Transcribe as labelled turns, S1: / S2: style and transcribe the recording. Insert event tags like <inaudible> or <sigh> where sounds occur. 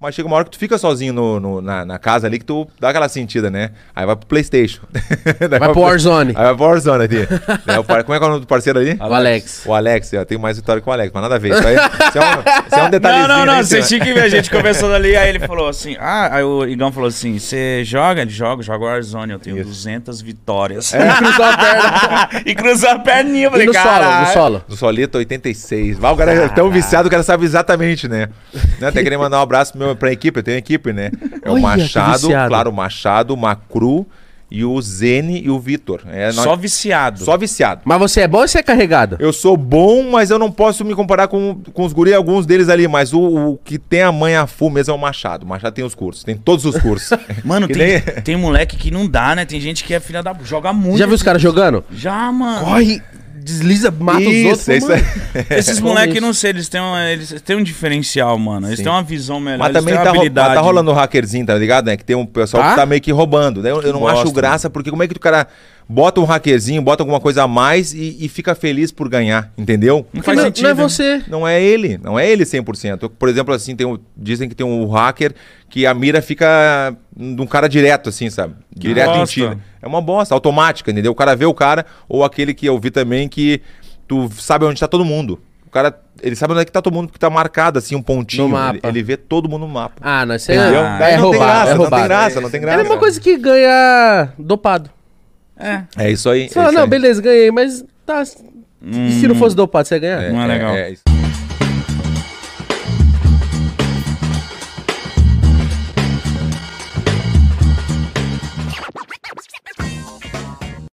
S1: Mas chega uma hora que tu fica sozinho no, no- na, na casa ali que tu dá aquela sentida, né? Aí vai pro Playstation. <laughs> Daí vai
S2: pro Warzone.
S1: Aí vai pro Warzone ali. Daí o par- Como é que é o nome do parceiro ali?
S2: O Alex.
S1: O Alex, ó, tem mais vitória que o Alex, mas nada a ver. Isso, aí, isso é, um, isso é um detalhezinho.
S3: Não, não,
S1: né,
S3: não.
S1: isso, né?
S3: Vocês tinham que ver a gente conversando ali. Aí ele falou assim: Ah, aí o Igão falou assim: Você joga? Ele joga, joga Warzone. Eu tenho 200 vitórias.
S1: É.
S2: Cruzou a perna.
S3: <laughs> e cruzou a perninha. Eu
S2: <laughs> E
S3: falei:
S2: no solo,
S3: Cara,
S2: no solo.
S1: Do Solito 86. Vai, o cara é tão viciado, o cara sabe exatamente, né? né? Até queria mandar um abraço pro meu, pra equipe, eu tenho equipe, né? É o
S2: Olha, que
S1: Machado,
S2: viciado.
S1: claro, o Machado, o Macru e o Zene e o Vitor. É, nós-
S3: Só viciado.
S1: só viciado.
S2: Mas você é bom ou você é carregado?
S1: Eu sou bom, mas eu não posso me comparar com, com os guri, alguns deles ali. Mas o, o que tem a manha full mesmo é o Machado. O Machado tem os cursos, tem todos os
S2: <laughs>
S1: cursos.
S3: Mano,
S1: Que
S3: tem,
S1: nem-
S3: tem moleque que não dá, né? Tem gente que é filha da. Joga muito.
S2: Já viu os caras jogando?
S3: Já, mano.
S2: Corre, desliza, mata
S1: Isso,
S2: os outros.
S1: isso
S2: mano.
S1: é.
S3: Esses
S2: É,
S3: moleques,
S2: isso.
S3: não sei, eles têm, um, eles têm um diferencial, mano. Eles
S1: Sim.
S3: têm uma visão melhor.
S1: Mas
S3: eles
S1: também
S3: têm uma
S1: tá, ro- mas
S3: habilidade.
S1: tá rolando um hackerzinho, tá ligado? Né? Que tem um pessoal
S2: Tá?
S1: que tá meio que roubando. né? Eu, eu não
S3: Gosto,
S1: acho graça, porque como é que o cara bota um hackerzinho, bota alguma coisa a mais e, e fica feliz por ganhar, entendeu?
S3: Não
S2: Porque
S3: faz
S2: não,
S3: sentido.
S2: não é
S3: né?
S2: você.
S1: Não é ele, não é ele 100%. Eu, Por exemplo, assim, tem um- dizem que tem um hacker que a mira fica de um cara direto, assim, sabe? direto
S3: bosta.
S1: em ti. É uma bosta, automática, entendeu? O cara vê o cara, ou aquele que eu vi também, que tu sabe onde tá todo mundo. O cara, ele sabe onde é que tá todo mundo, porque tá marcado, assim, um pontinho.
S2: No mapa.
S1: Ele, ele vê todo mundo no mapa.
S2: Ah, não, isso aí
S3: Entendeu?
S2: é,
S3: Daí
S2: é
S1: não tem graça,
S2: roubado. É
S1: não tem
S2: roubado.
S1: graça, não tem
S2: É a
S1: graça.
S2: mesma coisa que ganhar dopado.
S3: É.
S1: É isso aí.
S2: Você fala,
S1: é isso
S2: não,
S1: aí.
S2: beleza, ganhei, mas tá. E se não fosse dopado, você ia ganhar?
S3: Não é legal.
S1: isso.